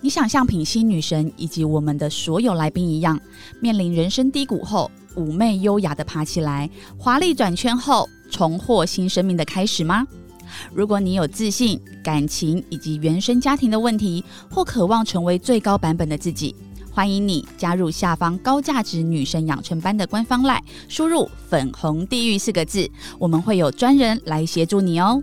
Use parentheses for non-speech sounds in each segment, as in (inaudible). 你想像品心女神以及我们的所有来宾一样，面临人生低谷后，妩媚优雅的爬起来，华丽转圈后，重获新生命的开始吗？如果你有自信、感情以及原生家庭的问题，或渴望成为最高版本的自己，欢迎你加入下方高价值女神养成班的官方 LINE，输入“粉红地狱”四个字，我们会有专人来协助你哦。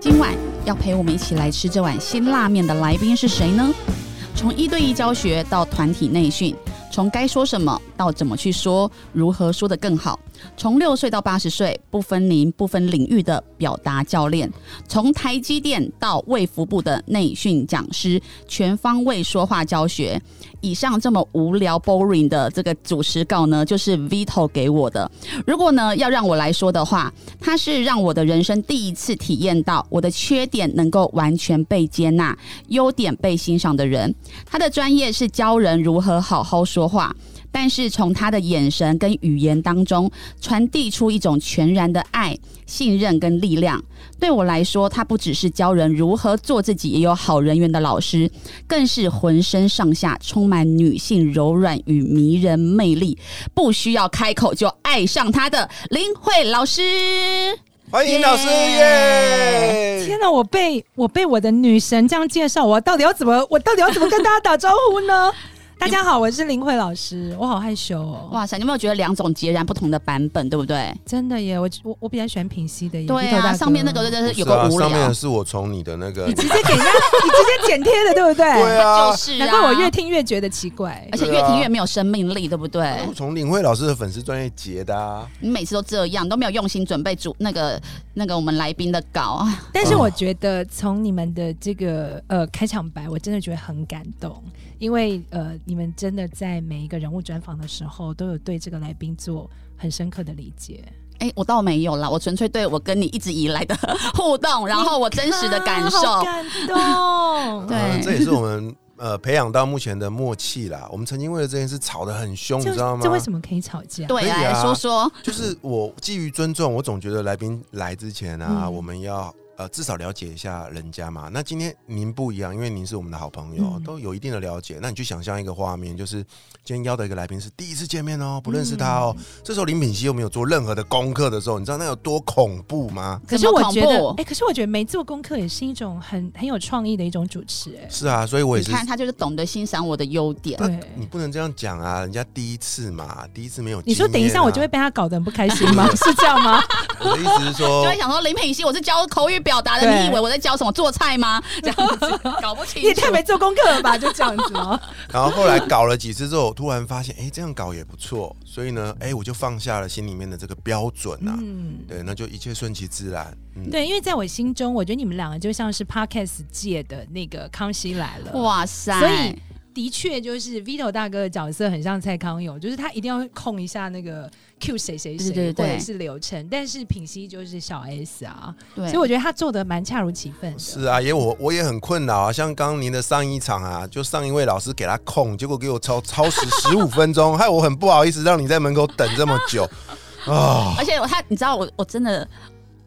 今晚要陪我们一起来吃这碗辛辣面的来宾是谁呢？从一对一教学到团体内训，从该说什么到怎么去说，如何说得更好，从六岁到八十岁不分龄不分领域的表达教练，从台积电到卫福部的内训讲师，全方位说话教学。以上这么无聊 boring 的这个主持稿呢，就是 Vito 给我的。如果呢要让我来说的话，它是让我的人生第一次体验到我的缺点能够完全被接纳，优点被欣赏的人。他的专业是教人如何好好说话，但是从他的眼神跟语言当中传递出一种全然的爱、信任跟力量。对我来说，他不只是教人如何做自己，也有好人缘的老师，更是浑身上下充满女性柔软与迷人魅力，不需要开口就爱上他的林慧老师。欢迎老师耶耶！天哪，我被我被我的女神这样介绍，我到底要怎么，我到底要怎么跟大家打招呼 (laughs) 呢？大家好，我是林慧老师，我好害羞哦，哇塞，你有没有觉得两种截然不同的版本，对不对？真的耶，我我我比较喜欢平息的耶，对鼻头大啊，哥上面那个真的是有个不无是啊聊，上面的是我从你的那个你，直接给 (laughs) 人家，你直接剪贴的，对不对？对啊就，是、啊，哎难怪我越听越觉得奇怪而，且越听越没有生命力，对不对？我从林慧老师的粉丝专业截的啊。你每次都这样，都没有用心准备主那个那个我们来宾的稿，啊但是我觉得从你们的这个呃开场白，我真的觉得很感动，因为呃你们真的在每一个人物专访的时候，都有对这个来宾做很深刻的理解。哎、我倒没有啦，我纯粹对我跟你一直以来的互动，然后我真实的感受。感动对呃这也是我们呃培养到目前的默契啦。我们曾经为了这件事吵得很凶，你这知道吗？这为什么可以吵架？对，可以啊来说说，就是我基于尊重，我总觉得来宾来之前啊，嗯我们要呃至少了解一下人家嘛。那今天您不一样，因为您是我们的好朋友，嗯都有一定的了解。那你去想象一个画面，就是今天邀的一个来宾是第一次见面哦，不认识他哦。嗯这时候林品熙又没有做任何的功课的时候，你知道那有多恐怖吗？可是我觉这么得，恐哎、可是我觉得没做功课也是一种很很有创意的一种主持、哎，是啊，所以我你也是。看他就是懂得欣赏我的优点。对。你不能这样讲啊！人家第一次嘛，第一次没有、啊你说等一下我就会，被他搞得很不开心 (laughs) 吗？是这 (laughs) 样吗？我的意思是就 (laughs) 说会，想说林品熙，我是教口语表达的，哦对你以为我在教什么做菜吗？ (laughs) 这样子搞不清你楚。也太没做功课了吧？就这样 (laughs) 子哦。然后后来搞了几次之后，我突然发现，哎、这样搞也不错，所以呢，哎、我就放下了心里面的这个标准啊，嗯，对，那就一切顺其自然，嗯，对，因为在我心中，我觉得你们两个就像是 podcast 界的那个康熙来了。哇塞！所以的确就是 Vito 大哥的角色很像蔡康永，就是他一定要控一下那个 Q 谁谁谁，对对对或者是流程。但是品熙就是小 S 啊，对，所以我觉得他做的蛮恰如其分的。是啊，也我我也很困扰啊，像刚刚您的上一场啊，就上一位老师给他控，结果给我超超时十五分钟， (laughs) 害我很不好意思让你在门口等这么久啊。而且我他，你知道我我真的，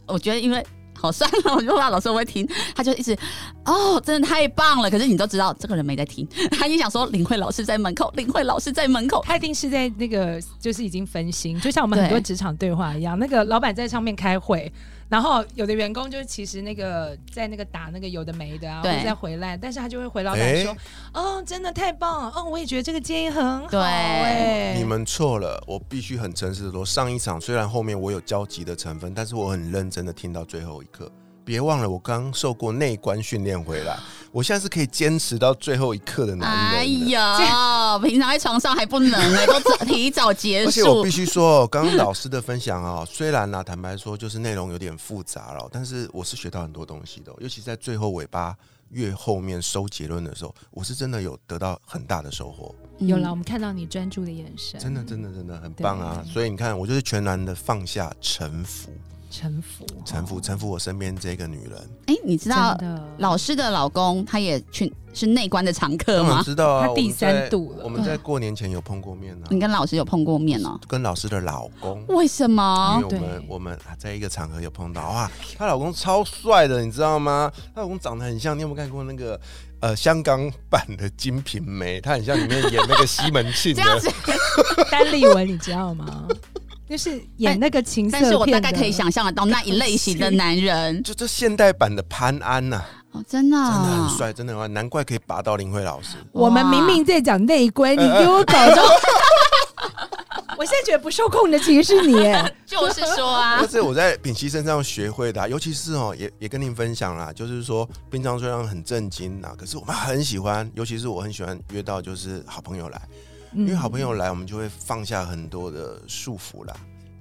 我觉得因为好算了，我就怕老师会不会听，他就一直哦，真的太棒了。可是你都知道，这个人没在听， (laughs) 他就想说林慧老师在门口，林慧老师在门 (laughs) 口。他一定是在那个，就是已经分心，就像我们很多对职场对话一样，那个老板在上面开会，然后有的员工就是其实那个在那个打那个有的没的啊，或对者在回来，但是他就会回老板哎说：“哦，真的太棒了，哦，我也觉得这个建议很好、对哎，你们错了，我必须很诚实的说，上一场虽然后面我有焦急的成分，但是我很认真的听到最后一刻。别忘了，我刚受过内观训练回来，我现在是可以坚持到最后一刻的男人。哎，呀，平常在床上还不能哎、 (laughs) 都早提早结而且我束必。须说，刚刚老师的分享啊、虽然呢、坦白说就是内容有点复杂了，但是我是学到很多东西的哦，尤其在最后尾巴越后面收结论的时候，我是真的有得到很大的收获，有了，我们看到你专注的眼神，真的真的的真的很棒啊！对所以你看，我就是全然的放下臣服，臣服，臣服，哦臣服我身边这个女人。哎、你知道真的老师的老公他也去是内观的常客当然吗？知道啊，他第三度了嗯我们在。我们在过年前有碰过面啊，你跟老师有碰过面哦、跟老师的老公，为什么因为？我们哦对我们在一个场合有碰到，哇，她老公超帅的，你知道吗？她老公长得很像，你有没有看过那个呃香港版的《金瓶梅》？他很像里面演那个西门庆这样的。子，丹立文，你知道 (laughs) 吗？就是演那个情色 (laughs) 但是我大概片的可以想象得到那一类型的男 (laughs) 人就这现代版的潘安呐、哦，真的真的啊、很帅，真的很帅，难怪可以拔到林慧老师。我们明明在讲内规，你给我搞到， (laughs) 我现在觉得不受控的其实 (laughs) 是你耶，就是说 (laughs) 啊 (laughs) 这，是我在品熙身上学会的啊、尤其是哦，也也跟您分享啦，就是说，平常虽然很震惊啊，可是我们很喜欢，尤其是我很喜欢约到就是好朋友来，因因为好朋友来，我们就会放下很多的束缚啦，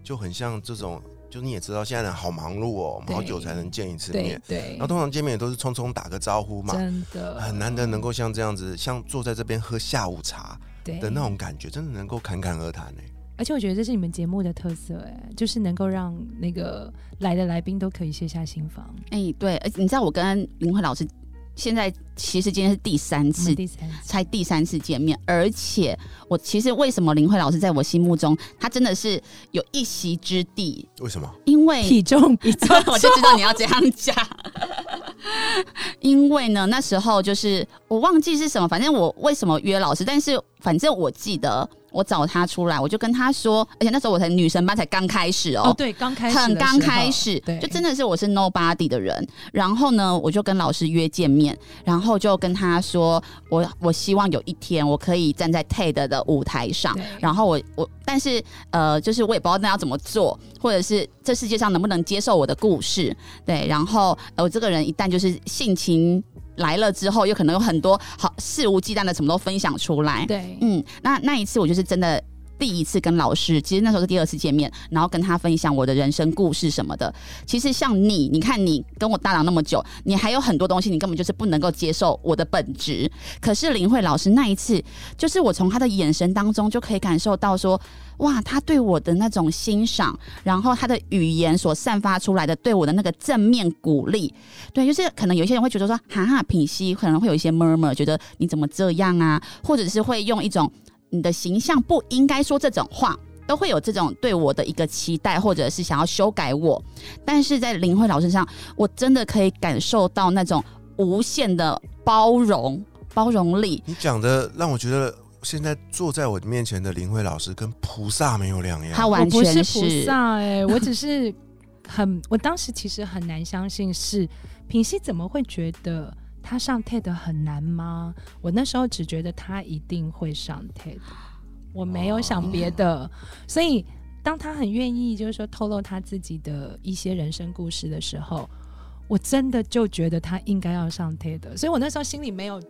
就很像这种，就你也知道，现在人好忙碌哦，我们对好久才能见一次对面，对然后，通常见面也都是匆匆打个招呼嘛，真的很难得能够像这样子，像坐在这边喝下午茶对的那种感觉，真的能够侃侃而谈呢、欸而且我觉得这是你们节目的特色，哎，就是能够让那个来的来宾都可以卸下心防。哎、对，而且你知道我跟林慧老师现在其实今天是第三我次们第三次，才第三次见面，而且我其实为什么林慧老师在我心目中，她真的是有一席之地，为什么？因为体重 (laughs) 比 (laughs) 较哦我就知道你要这样讲， (laughs) 因为呢那时候就是我忘记是什么，反正我为什么约老师，但是反正我记得我找他出来，我就跟他说，而且那时候我才女神班才刚开始哦，对，刚开始的时候很刚开始对，，就真的的是我是 nobody 的人。然后呢，我就跟老师约见面，然后就跟他说，我我希望有一天我可以站在 TED 的舞台上对。然后我我，但是呃，就是我也不知道那要怎么做，或者是这世界上能不能接受我的故事。对，然后呃我这个人一旦就是性情来了之后，有可能有很多好肆无忌惮的什么都分享出来。对，嗯，那那一次我就是真的第一次跟老师，其实那时候是第二次见面，然后跟他分享我的人生故事什么的。其实像你，你看你跟我搭档那么久，你还有很多东西你根本就是不能够接受我的本质。可是林慧老师那一次，就是我从他的眼神当中就可以感受到说，哇，他对我的那种欣赏，然后他的语言所散发出来的对我的那个正面鼓励，对，就是可能有一些人会觉得说，哈哈，品析可能会有一些 murmur，觉得你怎么这样啊，或者是会用一种你的形象不应该说这种话。都会有这种对我的一个期待，或者是想要修改我，但是在林慧老师身上，我真的可以感受到那种无限的包容、包容力。你讲的让我觉得，现在坐在我面前的林慧老师跟菩萨没有两他样。完我不全菩萨 (laughs) 哎、我只是很，我当时其实很难相信是品熙怎么会觉得他上 TED 很难吗？我那时候只觉得他一定会上 TED，我没有想别的，哦所以当他很愿意就是说透露他自己的一些人生故事的时候，我真的就觉得他应该要上 TED，所以我那时候心里没有。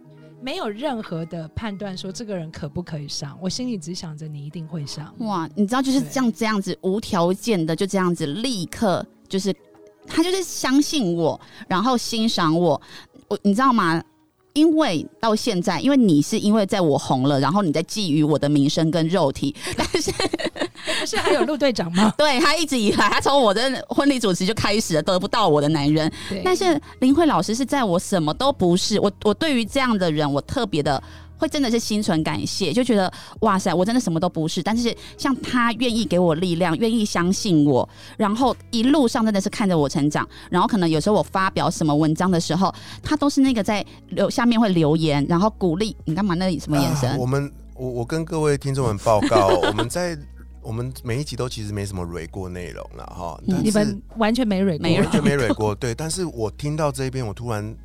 没有任何的判断，说这个人可不可以上，我心里只想着你一定会上。哇，你知道就是这样这样子无条件的就这样子立刻就是他就是相信我，然后欣赏我，我你知道吗？因为到现在，因为你是因为在我红了，然后你在觊觎我的名声跟肉体，但是？不是还有陆队长吗 (laughs) 对他一直以来，他从我的婚礼主持就开始了得不到我的男人，对但是林慧老师是在我什么都不是，我我对于这样的人，我特别的会真的是心存感谢，就觉得哇塞，我真的什么都不是，但是像他愿意给我力量，愿意相信我，然后一路上真的是看着我成长，然后可能有时候我发表什么文章的时候，他都是那个在留下面会留言，然后鼓励你干嘛那什么眼神啊？我们我我跟各位听众们报告，我们在 (laughs) 我们每一集都其实没什么蕊过内容了哈，嗯但你是们完全没蕊过，没蕊完全没蕊过。对，但是我听到这边，我突然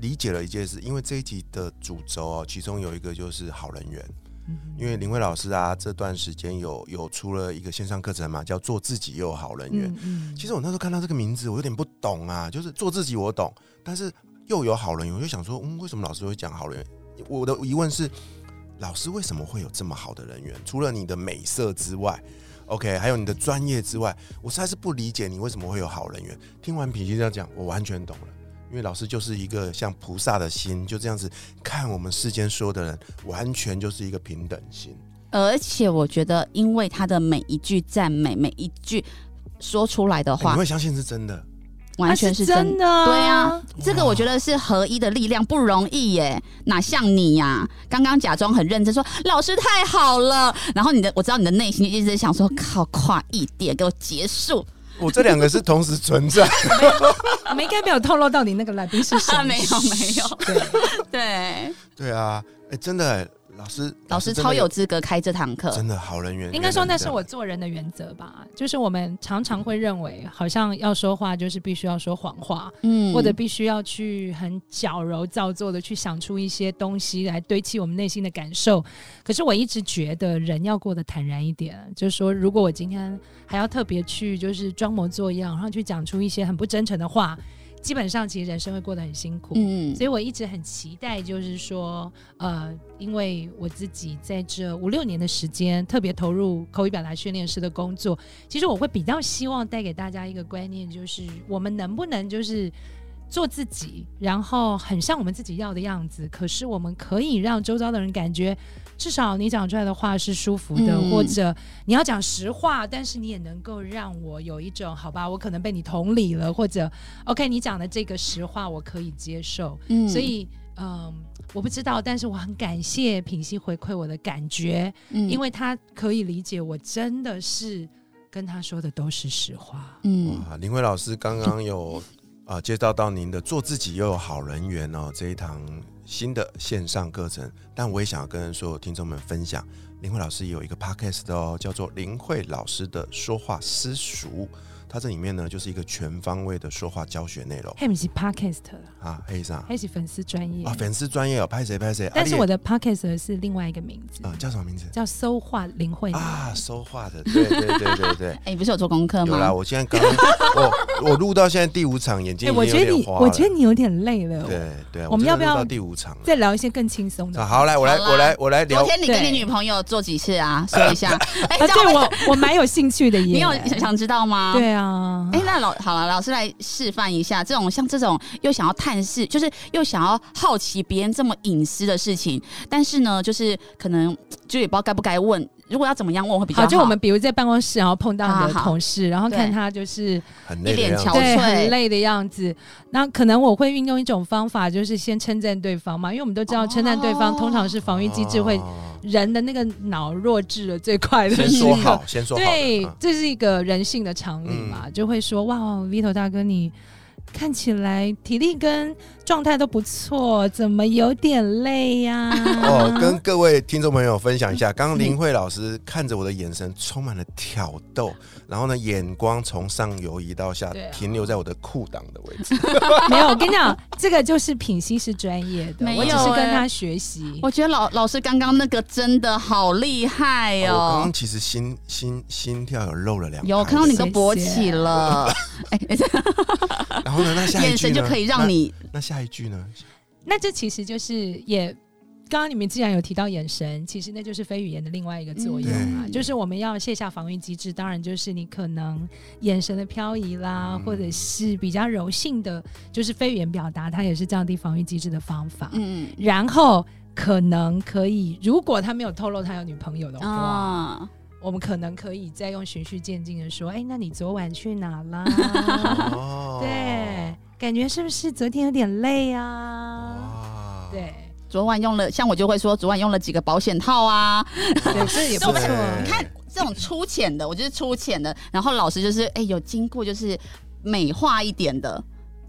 理解了一件事，因为这一集的主轴哦，其中有一个就是好人缘。嗯因为林慧老师啊，这段时间有有出了一个线上课程嘛，叫“做自己又好人缘”嗯其实我那时候看到这个名字，我有点不懂啊，就是做自己我懂，但是又有好人缘，我就想说，嗯，为什么老师会讲好人缘？我的疑问是，老师为什么会有这么好的人缘？除了你的美色之外，OK，还有你的专业之外，我实在是不理解你为什么会有好人缘。听完品熙这样讲，我完全懂了。因为老师就是一个像菩萨的心，就这样子看我们世间所有的人，完全就是一个平等心。而且我觉得，因为他的每一句赞美，每一句说出来的欸你话，会相信是真的？完全是是真的啊，对啊，这个我觉得是合一的力量不容易耶，哪像你呀、刚刚假装很认真说老师太好了，然后你的我知道你的内心一直在想说靠快一点给我结束，我这两个是同时存在。我们应该没有透露到你那个来宾是谁， (laughs) 没有没有对，对，对啊，哎、真的、欸，老师，老师真的超有资格开这堂课，真的好人缘。 (laughs) 应该说原来这那是样我做人的原则吧，就是我们常常会认为，好像要说话就是必须要说谎话，嗯或者必须要去很矫揉造作的去想出一些东西来堆砌我们内心的感受。可是我一直觉得人要过得坦然一点，就是说，如果我今天还要特别去就是装模作样，然后去讲出一些很不真诚的话，基本上其实人生会过得很辛苦。嗯所以我一直很期待，就是说，呃，因为我自己在这五六年的时间，特别投入口语表达训练师的工作，其实我会比较希望带给大家一个观念，就是我们能不能就是。做自己，然后很像我们自己要的样子。可是我们可以让周遭的人感觉，至少你讲出来的话是舒服的，嗯或者你要讲实话，但是你也能够让我有一种好吧，我可能被你同理了，或者 OK，你讲的这个实话我可以接受。嗯所以，嗯，我不知道，但是我很感谢品熙回馈我的感觉，因为为他可以理解我真的是跟他说的都是实话。嗯哇，啊林慧老师刚刚有啊、介绍到您的“做自己又有好人缘”哦这一堂新的线上课程，但我也想要跟所有听众们分享，林慧老师也有一个 podcast 哦，叫做“林慧老师的说话私塾”，它这里面呢就是一个全方位的说话教学内容还不是 podcast 了，啊，黑上还是粉丝专业啊，，粉丝专业哦，拍谁拍谁，啊但你是也我的 podcast 是另外一个名字，啊、叫什么名字叫搜化哎林慧玲。啊？说话的，对对对对对。哎、你不是有做功课嗯有啦，吗？我现在刚 (laughs) 我我录到现在第五场，眼睛哎，已我经觉有得你，点花了。我觉得你有点累了。对对，啊我真们的要不录要到第五场了？再聊一些更轻松的啊，。好，来，我来，好啦我来，我来昨聊。天你跟你对女朋友做几次啊？ (laughs) 说一下，哎、这啊，样对会我我蛮有兴趣的耶。你有想想知道吗？。对啊，哎、那老好了，老师来示范一下，这种像这种又想要探视，就是又想要好奇别人这么隐私的事情，但是呢，就是可能就也不知道该不该问，如果要怎么样问会比较好，就我们比如在办公室，然后碰到你的好好同事，然后对看他就是很累一的脸样子憔对悴很累的样子。那可能我会运用一种方法，就是先称赞对方嘛，因为我们都知道哦称赞对方通常是防御机制会哦人的那个脑弱智的最快的先时说刻。好，先说好的。对嗯，这是一个人性的常理嘛，就会说哇，Vito 哦大哥你。看起来体力跟状态都不错，怎么有点累呀、哦，跟各位听众朋友分享一下，刚刚林慧老师看着我的眼神充满了挑逗，然后呢，眼光从上游移到下对啊，停留在我的裤裆的位置。没有，我跟你讲，这个就是品析是专业的，没我只有是跟欸他学习。我觉得老老师刚刚那个真的好厉害我刚哦刚，其实心心心跳有漏了两拍的，有看到你都谢谢勃起了，哎、然后呢，那下一眼句神呢？就可以让你那那下一句呢？那这其实就是也，刚刚你们既然有提到眼神，其实那就是非语言的另外一个作用嗯啊，对就是我们要卸下防御机制，当然就是你可能眼神的漂移啦，嗯或者是比较柔性的，就是非语言表达，它也是降低防御机制的方法。嗯然后可能可以，如果他没有透露他有女朋友的话。啊，我们可能可以再用循序渐进的说，哎、那你昨晚去哪啦？ (laughs) (laughs) 哦，对，感觉是不是昨天有点累哦啊？哇，对，昨晚用了，像我就会说昨晚用了几个保险套啊， (laughs) 对，这也不错。对你看这种粗浅的，我就是粗浅的，然后老师就是哎、有经过就是美化一点的。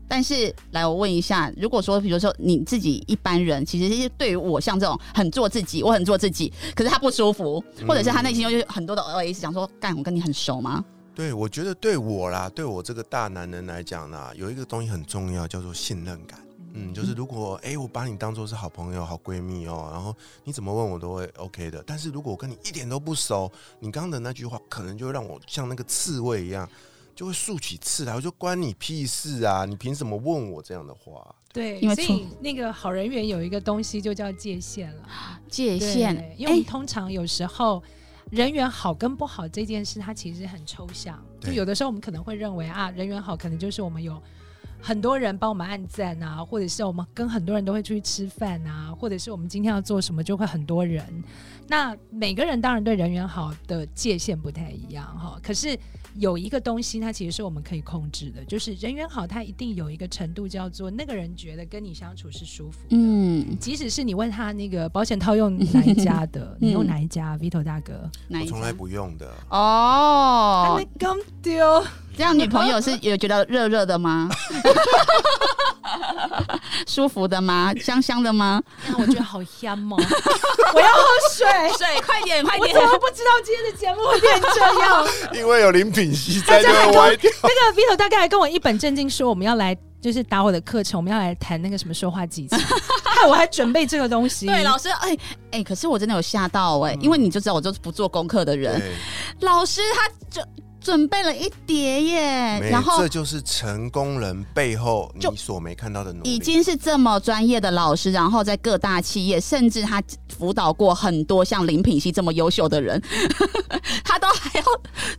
但是来，我问一下，如果说比如说你自己一般人，其实是对于我像这种很做自己，我很做自己，可是他不舒服，嗯或者是他内心就是很多的 OS 想说，干我跟你很熟吗？对，我觉得对我啦，对我这个大男人来讲啦，有一个东西很重要，叫做信任感。嗯，就是如果哎、我把你当做是好朋友、好闺蜜哦，然后你怎么问我都会 OK 的。但是如果我跟你一点都不熟，你刚刚的那句话可能就会让我像那个刺猬一样，就会竖起刺来，我就关你屁事啊！你凭什么问我这样的话？对，因为所错以那个好人缘有一个东西就叫界限了。界对限，因为我们通常有时候人缘好跟不好这件事，它其实很抽象。就对有的时候我们可能会认为啊，人缘好可能就是我们有很多人帮我们按赞啊，或者是我们跟很多人都会出去吃饭啊，或者是我们今天要做什么就会很多人。那每个人当然对人缘好的界限不太一样哈，可是有一个东西它其实是我们可以控制的，就是人缘好，它一定有一个程度叫做那个人觉得跟你相处是舒服的。嗯，即使是你问他那个保险套用哪一家 (laughs) 的，你用哪一家？Vito 大哥，哪我一从来种？不用 (laughs) 的，哦，刚丢，这样女朋友是有觉得热热的 (laughs) 吗？ (laughs) 舒服的吗？香香的 (laughs) 吗？ (laughs) 那我觉得好香哦，我要喝水。水，快点，快我怎么不知道今天的节目会变这 (laughs) 样？因为有林品熙 (laughs) 在就大家还会跟我歪掉。那个 Vito 大概还跟我一本正经说，我们要来就是打我的课程，我们要来谈那个什么说话技 (laughs) 巧，害我还准备这个东西。对，老师，哎、哎、可是我真的有吓到哎、嗯因为你就知道我就是不做功课的人。对，老师他就准备了一叠耶，没呃然后这就是成功人背后就你所没看到的努力。已经是这么专业的老师，然后在各大企业，甚至他辅导过很多像林品熙这么优秀的人， (laughs) 他都还要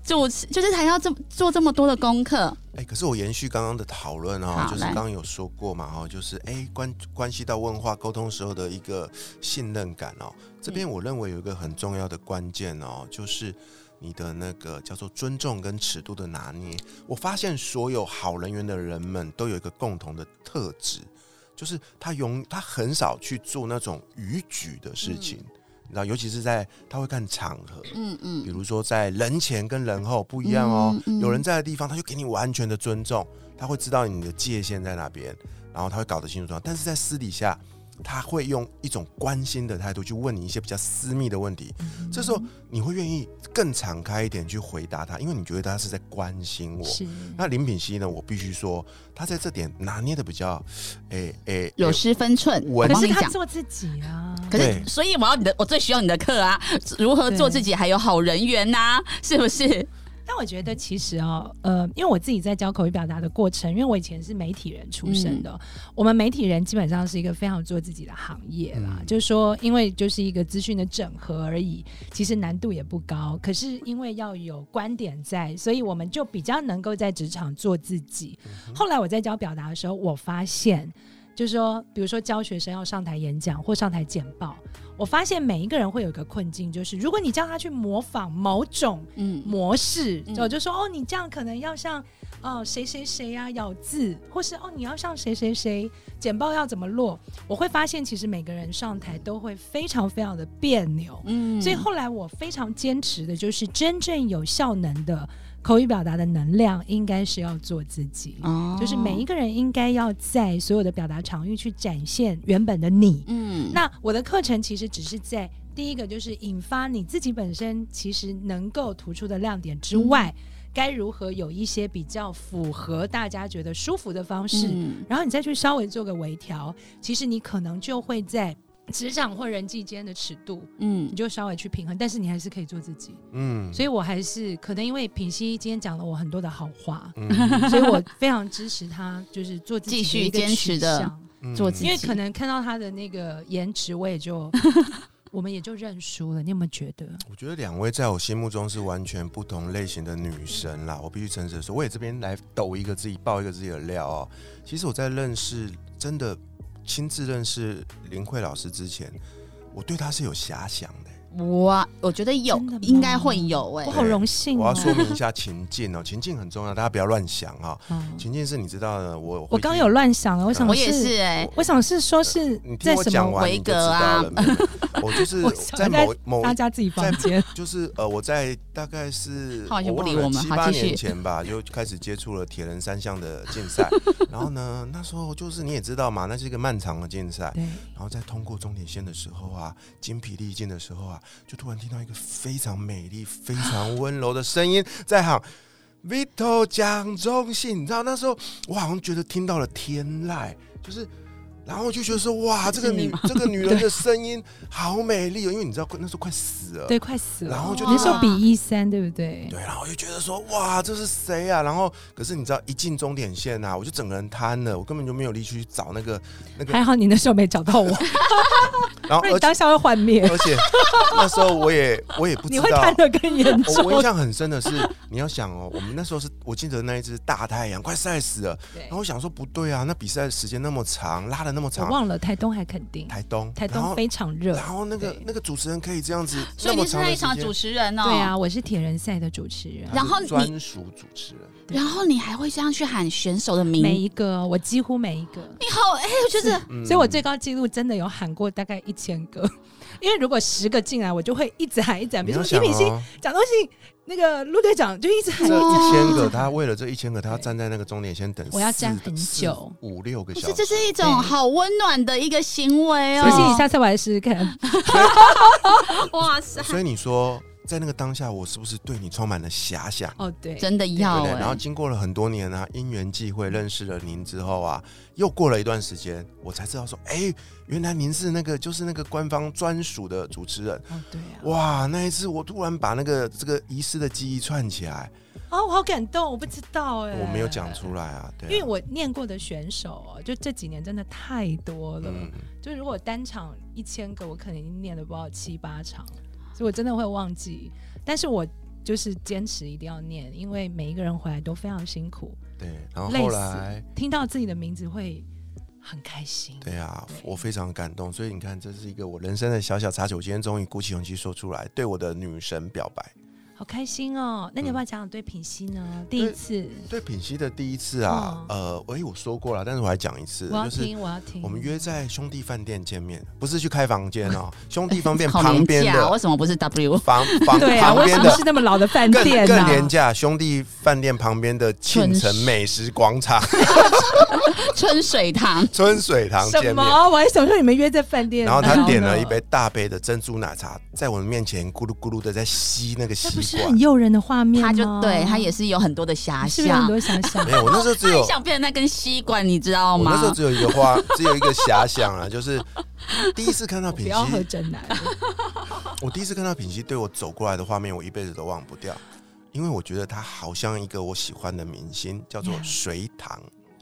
主持，就是还要这么做这么多的功课。哎、可是我延续刚刚的讨论哦，好就是来刚刚有说过嘛哦，就是哎、关关系到文化沟通时候的一个信任感哦。这嗯边我认为有一个很重要的关键哦，就是你的那个叫做尊重跟尺度的拿捏。我发现所有好人缘的人们都有一个共同的特质，就是他永他很少去做那种逾矩的事情，你知道，尤其是在他会看场合，嗯比嗯，如说在人前跟人后不一样哦，嗯嗯有人在的地方，他就给你完全的尊重，他会知道你的界限在哪边，然后他会搞得清楚状况。但是在私底下，他会用一种关心的态度去问你一些比较私密的问题，嗯这时候你会愿意更敞开一点去回答他，因为你觉得他是在关心我。是那林品熙呢？我必须说，他在这点拿捏的比较，诶、诶、有诶失分寸。我我可帮是你他讲。做自己啊，可是对，所以我要你的，我最需要你的课啊！如何做自己，还有好人缘呐、是不是？但我觉得其实哦，呃，因为我自己在教口语表达的过程，因为我以前是媒体人出身的，我们媒体人基本上是一个非常做自己的行业啦，嗯就是说，因为就是一个资讯的整合而已，其实难度也不高。可是因为要有观点在，所以我们就比较能够在职场做自己。后来我在教表达的时候，我发现。就是说，比如说教学生要上台演讲或上台简报，我发现每一个人会有一个困境，就是如果你叫他去模仿某种嗯，模式，嗯就就说哦，你这样可能要像哦谁谁谁啊咬字，或是哦你要像谁谁谁简报要怎么落，我会发现其实每个人上台都会非常非常的别扭，嗯所以后来我非常坚持的就是真正有效能的口语表达的能量应该是要做自己。哦就是每一个人应该要在所有的表达场域去展现原本的你，嗯那我的课程其实只是在第一个就是引发你自己本身其实能够突出的亮点之外，嗯该如何有一些比较符合大家觉得舒服的方式，嗯然后你再去稍微做个微调，其实你可能就会在。职场或人际间的尺度，嗯你就稍微去平衡，但是你还是可以做自己。嗯所以我还是可能因为品熙今天讲了我很多的好 (laughs) 话，嗯所以我非常支持他，就是做自己继的续一个坚持取的向 (laughs) 嗯做自己因为可能看到他的那个颜值，我 (laughs) 也就我们也就认输了。你有没有觉得？我觉得两位在我心目中是完全不同类型的女神啦，我必须诚实的说，我也这边来抖一个自己爆一个自己的料哦。其实我在认识真的亲自认识林慧老师之前，我对她是有遐想的。我我觉得有真的吗，应该会有哎、我好荣幸、哦。我要说明一下情境哦，情境很重要，大家不要乱想啊、哦。好情境是你知道的，我嗯我刚有。乱想了，我想我也是哎、我想是说是你听在我什讲么？啊完你就知道了。没有没有我就是 (laughs) 我在某某大家自己房 (laughs) 间。就是呃，我在大概是他好像不我理忘了我们七好八继续年 (laughs) 前吧，就开始接触了铁人三项的竞赛。然后呢，那时候就是你也知道嘛，那是一个漫长的竞赛。对，然后在通过终点线的时候啊，精疲力尽的时候啊，就突然听到一个非常美丽、非常温柔的声音 (laughs) 在喊 “Vito 蒋中信”。你知道那时候我好像觉得听到了天籁，就是然后我就觉得说，哇，这个是你女吗这个 (laughs) 女人的声音好美丽哦，因为你知道那时候快死了，对，快死了。然后就那时候哇比一三，对不对？对，然后我就觉得说，哇，这是谁啊？然后可是你知道，一进终点线啊，我就整个人瘫了，我根本就没有力气去找那个那个，还好你那时候没找到 (laughs) 我，然后不然而你且当下会幻灭，而且那时候我也我也不你知会道看。得更严我我印重。象很深的是，你要想哦，我们那时候是我记得那一只大太阳快晒死了，对然后我想说不对啊，那比赛时间那么长，拉的那么我长，忘了台东还肯定，台东，台然东后非常热。然后那个对那个主持人可以这样子，所那以么你是长那的一场时间主持人哦。对啊，，我是铁人赛的主持人他，然后是你专属主持人，然后你还会这样去喊选手的名，每一个我几乎每一个，你好，哎、我觉得嗯所以我最高纪录真的有喊过大概一千个， (laughs) 因为如果十个进来，我就会一直喊一直喊，比你如要说想李敏熙哦，讲东西，那个陆队长就一 (laughs) 直这喊，哇一千个，他为了这一千个，他要站在那个终点线等四，我要站很四久五六个不小是，时。这是一种好温暖的一个行为哦。不信你下次我来试试看。哇塞，所以你说，在那个当下，我是不是对你充满了遐想？哦，对，真的对要不对？欸哎、然后经过了很多年啊，因缘际会认识了您之后啊，又过了一段时间，我才知道说，哎，原来您是那个就是那个官方专属的主持人。哦，对啊，哇，那一次我突然把那个这个遗失的记忆串起来，哦，我好感动，我不知道哎，我没有讲。出来啊，对啊因为我念过的选手哦，就这几年真的太多了。嗯，就如果单场一千个，我可能已经念了不知道七八场，所以我真的会忘记。但是我就是坚持一定要念，因为每一个人回来都非常辛苦，对。然后累后死来，听到自己的名字会很开心。对啊对，我非常感动。所以你看，这是一个我人生的小小插曲，我今天终于鼓起勇气说出来，对我的女神表白。好开心哦！那你要不要讲讲对品熙呢？嗯第一次，对品熙的第一次啊，呃，哎，我说过了，但是我还讲一次，嗯我要就是听，我要听。我们约在兄弟饭店见面，不是去开房间 (laughs) 哦，兄弟饭店好旁廉边价，为的什么不是 W？ (laughs) (laughs) 房房哦 (laughs) 对啊，旁为边什么的是那么老的饭更店啊呢、更廉价，兄弟饭店旁边的庆城美食广场 (laughs) 春水堂，春水堂什见面。么？我啊还想说你们约在饭店，然后他点了呢一杯，大杯的珍珠奶茶，在我们面前咕噜咕噜的在吸那个 (laughs) 那吸不是管很。诱人的画面吗？他就 (laughs) 对他也是有很多的遐你是不是有很想，哦多遐想 (laughs) 没？有，我那时候只他有很想变成那根吸管，你知道我那时候吗？只有一个花，只有一个遐想啊，就是第一次看到不 (laughs) 品要喝熙，真奶。我第一次看到品熙对我走过来的画面，我一辈子都忘不掉，因为我觉得她好像一个我喜欢的明星，叫做 Yeah 隋唐，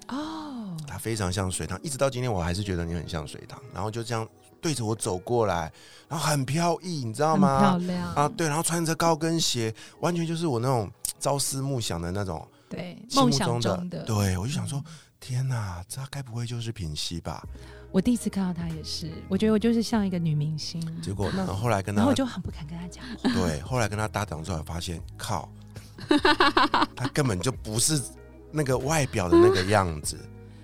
哦，她非常像隋唐，一直到今天我还是觉得你很像隋唐，然后就这样对着我走过来，然后很飘逸，你知道很漂吗？亮啊，对，然后穿着高跟鞋，完全就是我那种朝思暮想的那种对，心梦目想中的，中的。嗯对我就想说，天哪，这该不会就是品熙吧？我第一次看到她也是，我觉得我就是像一个女明星，结果，然后后来跟然他后我就很不敢跟她讲话。对，后来跟他搭档之后，发现 (laughs) 靠，他根本就不是那个外表的那个样 (laughs) 子。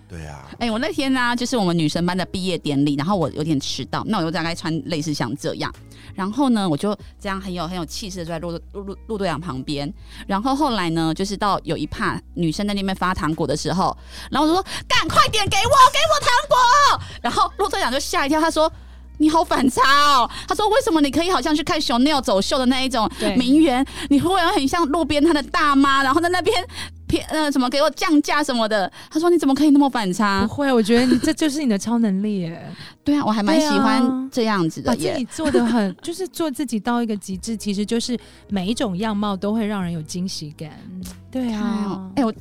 对啊，哎、我那天呢、就是我们女生班的毕业典礼，然后我有点迟到，那我就大概穿类似像这样，然后呢，我就这样很有很有气势的坐在陆陆陆陆队长旁边，然后后来呢，就是到有一趴女生在那边发糖果的时候，然后我就说干快点给我给我糖果，然后陆队长就吓一跳，他说。你好反差哦！他说：“为什么你可以好像去看 Chanel 走秀的那一种对名媛，你忽然很像路边摊的大妈，然后在那边偏呃什么给我降价什么的。”他说：“你怎么可以那么反差？”不会，我觉得你这就是你的超能力耶，对啊，我还蛮对喜啊欢这样子把的自耶。己做的很， (laughs) 就是做自己到一个极致，其实就是每一种样貌都会让人有惊喜感。对哎呦啊，哎、我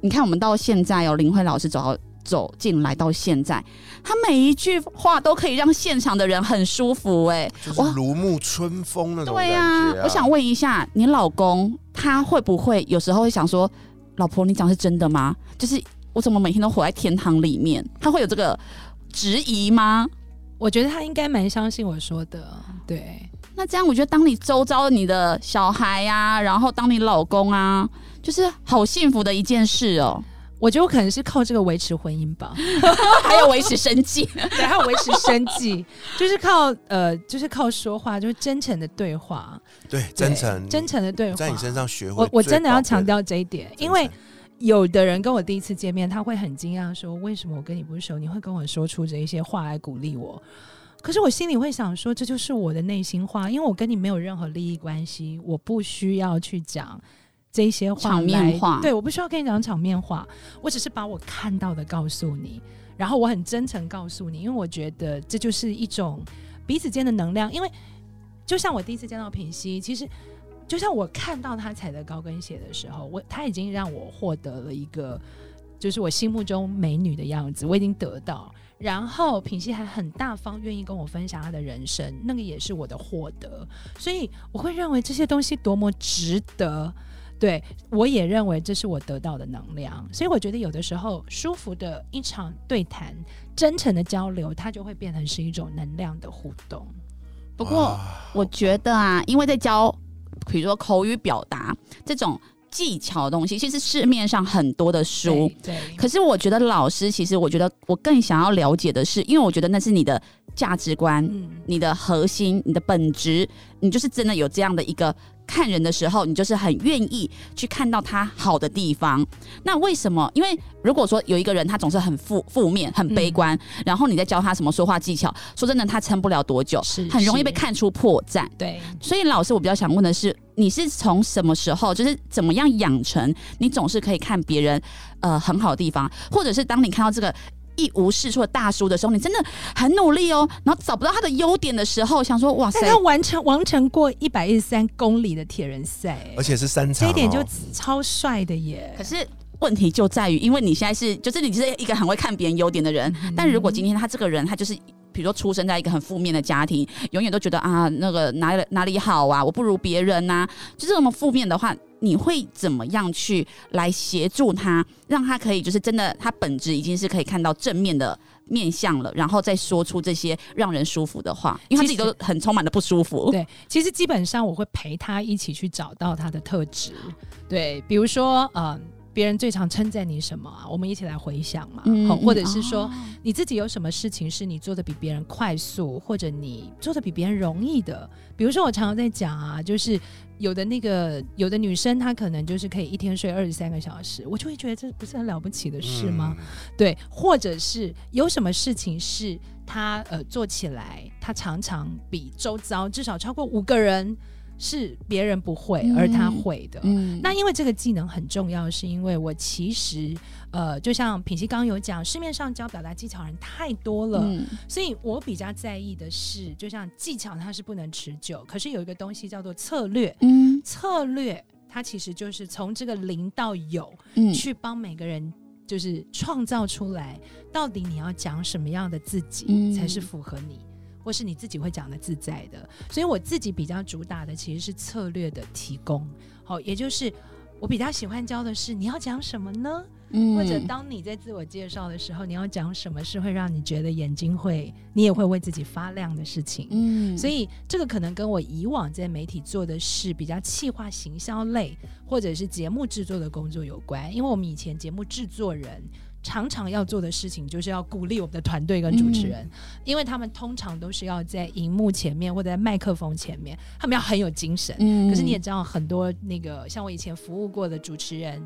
你看我们到现在哦，林慧老师走到走进来到现在，他每一句话都可以让现场的人很舒服哎。就是我如沐春风那种感对觉、啊呀、啊我想问一下，你老公他会不会有时候会想说，老婆你讲是真的吗？就是我怎么每天都活在天堂里面？他会有这个质疑吗？我觉得他应该蛮相信我说的，对。那这样，我觉得当你周遭你的小孩呀、然后当你老公啊，就是好幸福的一件事哦、我觉得我可能是靠这个维持婚姻吧， (laughs) 还有维持生计。对，还有维持生计，就是靠呃，就是靠说话，就是真诚的对话，对对真诚，真诚的对话，在你身。上学会我我最真的宝要贵强调这一点，真因为诚有的人跟我第一次见面，他会很惊讶说：“为什么我跟你不熟，你会跟我说出这一些话来鼓励我？”可是我心里会想说，这就是我的内心话，因为我跟你没有任何利益关系，我不需要去讲这些话来，场面话对，我不需要跟你讲场面话，我只是把我看到的告诉你。然后我很真诚告诉你，因为我觉得这就是一种彼此间的能量。因为就像我第一次见到品熙，其实就像我看到她踩着高跟鞋的时候，我她已经让我获得了一个就是我心目中美女的样子，我已经得到。然后品熙还很大方，愿意跟我分享她的人生，那个也是我的获得。所以我会认为这些东西多么值得。对我也认为这是我得到的能量，所以我觉得有的时候舒服的一场对谈、真诚的交流，它就会变成是一种能量的互动。 (laughs) 不过我觉得啊，因为在教，比如说口语表达这种技巧的东西，其实市面上很多的书。对，对可是我觉得老师，其实我觉得我更想要了解的是，因为我觉得那是你的价值观、嗯，你的核心、你的本质，你就是真的有这样的一个看人的时候，你就是很愿意去看到他好的地方。那为什么？因为如果说有一个人他总是很负负面、很嗯悲观，然后你再教他什么说话技巧，说真的，他撑不了多久，是很容易被是看出破绽。对。所以老师，我比较想问的是，你是从什么时候，就是怎么样养成你总是可以看别人呃很好的地方，或者是当你看到这个一无是处的大叔的时候，你真的很努力哦，然后找不到他的优点的时候，想说哇塞但，他完成完成过一百一十三公里的铁人赛，哎而且是三场、这哦，一点就超帅的耶可！是。问题就在于，因为你现在是，就是你是一个很会看别人优点的人，但如果今天他这个人，他就是，比如说出生在一个很负面的家庭，永远都觉得啊，那个哪里哪里好啊，我不如别人呐、就是这么负面的话，你会怎么样去来协助他，让他可以就是真的，他本质已经是可以看到正面的面相了，然后再说出这些让人舒服的话，因为他自己其实都很充满了不舒哦服。对，其实基本上我会陪他一起去找到他的特质。对，比如说，嗯、别人最常称赞你什么啊？我们一起来回想嘛，好或者是说，哦你自己有什么事情是你做的比别人快速，或者你做的比别人容易的？比如说，我常常在讲啊，就是有的那个有的女生，她可能就是可以一天睡二十三个小时，我就会觉得这不是很了不起的事吗？嗯？对，或者是有什么事情是她呃做起来，她常常比周遭至少超过五个人是别人不会，而她嗯会的。嗯那因为这个技能很重要，是因为我其实呃，就像品熙刚刚有讲，市面上教表达技巧的人太多了，嗯所以我比较在意的是，就像技巧它是不能持久，可是有一个东西叫做策略，嗯策略它其实就是从这个零到有，嗯去帮每个人就是创造出来，到底你要讲什么样的自己、嗯才是符合你，或是你自己会讲的自在的。所以我自己比较主打的其实是策略的提供，好，也就是我比较喜欢教的是你要讲什么呢？嗯或者当你在自我介绍的时候，你要讲什么是会让你觉得眼睛会，你也会为自己发亮的事情。嗯所以这个可能跟我以往在媒体做的是比较企划行销类或者是节目制作的工作有关，因为我们以前节目制作人。常常要做的事情就是要鼓励我们的团队跟主持嗯人，因为他们通常都是要在荧幕前面或者在麦克风前面，他们要很有精神。嗯可是你也知道，很多那个像我以前服务过的主持人，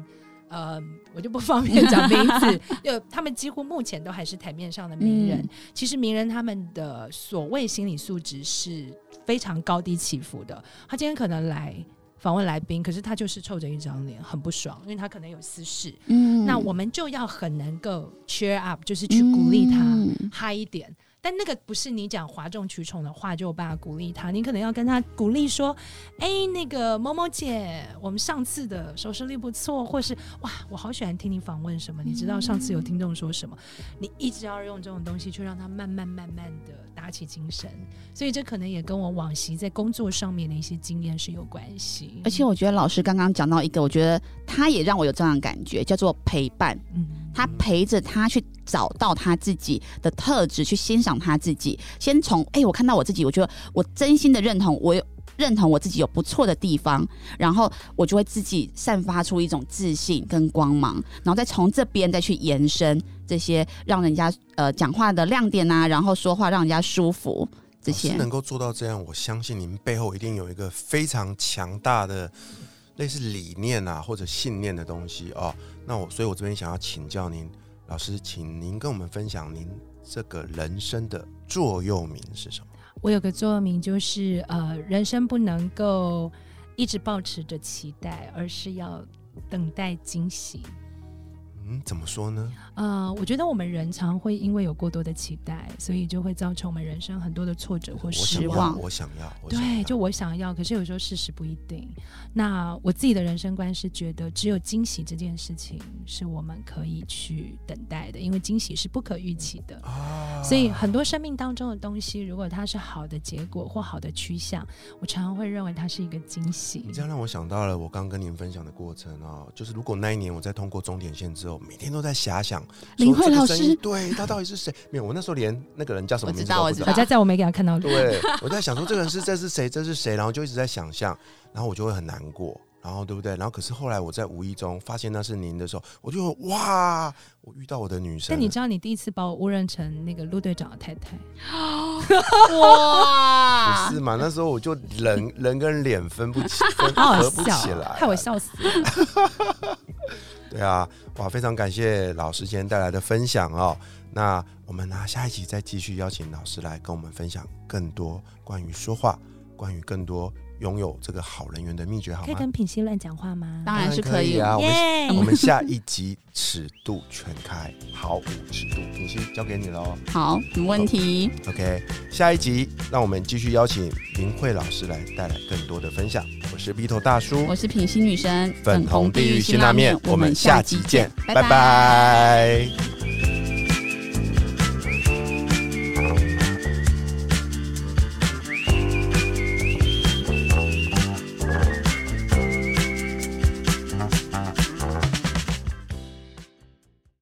呃，我就不方便讲名字， (laughs) 就他们几乎目前都还是台面上的名人。嗯其实名人他们的所谓心理素质是非常高低起伏的。他今天可能来访问来宾，可是他就是臭着一张脸，很不爽，因为他可能有私事。嗯那我们就要很能够 cheer up，就是去鼓励他。嗯嗨一点。但那个不是你讲哗众取宠的话就有办法鼓励他，你可能要跟他鼓励说：“哎、那个某某姐，我们上次的收视率不错，或是哇，我好喜欢听你访问什么，你知道上次有听众说什么？”你一直要用这种东西去让他慢慢慢慢的打起精神，所以这可能也跟我往昔在工作上面的一些经验是有关系。而且我觉得老师刚刚讲到一个，我觉得他也让我有这样的感觉，叫做陪伴。嗯，他陪着他去找到他自己的特质，去欣赏他自己。先从哎、我看到我自己，我觉得我真心的认同我有。认同我自己有不错的地方，然后我就会自己散发出一种自信跟光芒，然后再从这边再去延伸这些让人家呃讲话的亮点啊，然后说话让人家舒服这老师些。能够做到这样，我相信你们背后一定有一个非常强大的类似理念啊或者信念的东西哦。那我，所以我这边想要请教您，老师，请您跟我们分享您这个人生的座右铭是什么？我有个座右铭就是呃，人生不能够一直保持着期待，而是要等待惊喜。嗯，怎么说呢？呃，我觉得我们人常会因为有过多的期待，所以就会造成我们人生很多的挫折或我失想望要，我想要，我想对，要就我想要，可是有时候事实不一定。那我自己的人生观是觉得，只有惊喜这件事情是我们可以去等待的，因为惊喜是不可预期的。啊所以很多生命当中的东西，如果它是好的结果或好的趋向，我常常会认为它是一个惊喜你。这样让我想到了我刚跟您分享的过程哦，就是如果那一年我在通过终点线之后，每天都在遐想林慧说这个老声师音对他到底是谁？没有，我那时候连那个人叫什么我知名字道都我不知知大道家在我没给他看到，对，我在想说这个人是这是谁，这是谁，然后就一直在想象，然后我就会很难过，然后对不对？然后可是后来我在无意中发现那是您的时候，我就会哇，我遇到我的女神但了。你知道，你第一次把我误认成那个陆队长的太太，啊哇不是嘛？那时候我就人人跟脸分不起，分好好合不起笑来啊，啊，害我笑死了。对啊，哇，非常感谢老师今天带来的分享哦。那我们呢、下一集再继续邀请老师来跟我们分享更多关于说话，关于更多拥有这个好人缘的秘诀，好可以吗？跟品熙乱讲话吗？ (laughs) 当然是可以啊，我们耶 (laughs) 我们下一集尺度全开，毫无尺度，品析交给你喽。好，没问题。 OK，下一集让我们继续邀请明慧老师来带来更多的分享。我是鼻头大叔，我是品心女神，粉红地狱辛辣面，我们下集见，拜拜拜